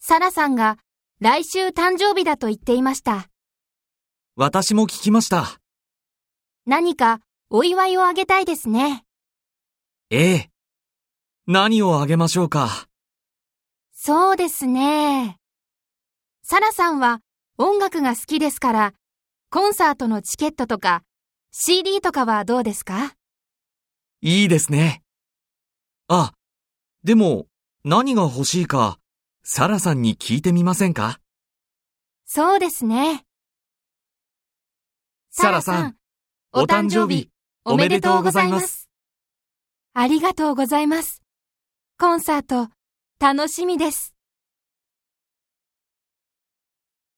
サラさんが来週誕生日だと言っていました。私も聞きました。何かお祝いをあげたいですね。ええ。何をあげましょうか。そうですね。サラさんは音楽が好きですから、コンサートのチケットとか CD とかはどうですかいいですね。あ、でも、何が欲しいか、サラさんに聞いてみませんかそうですね。サラさん、お誕生日、おおめめででととううごござざいいまますす。ありがとうございます。コンサート、楽しみです。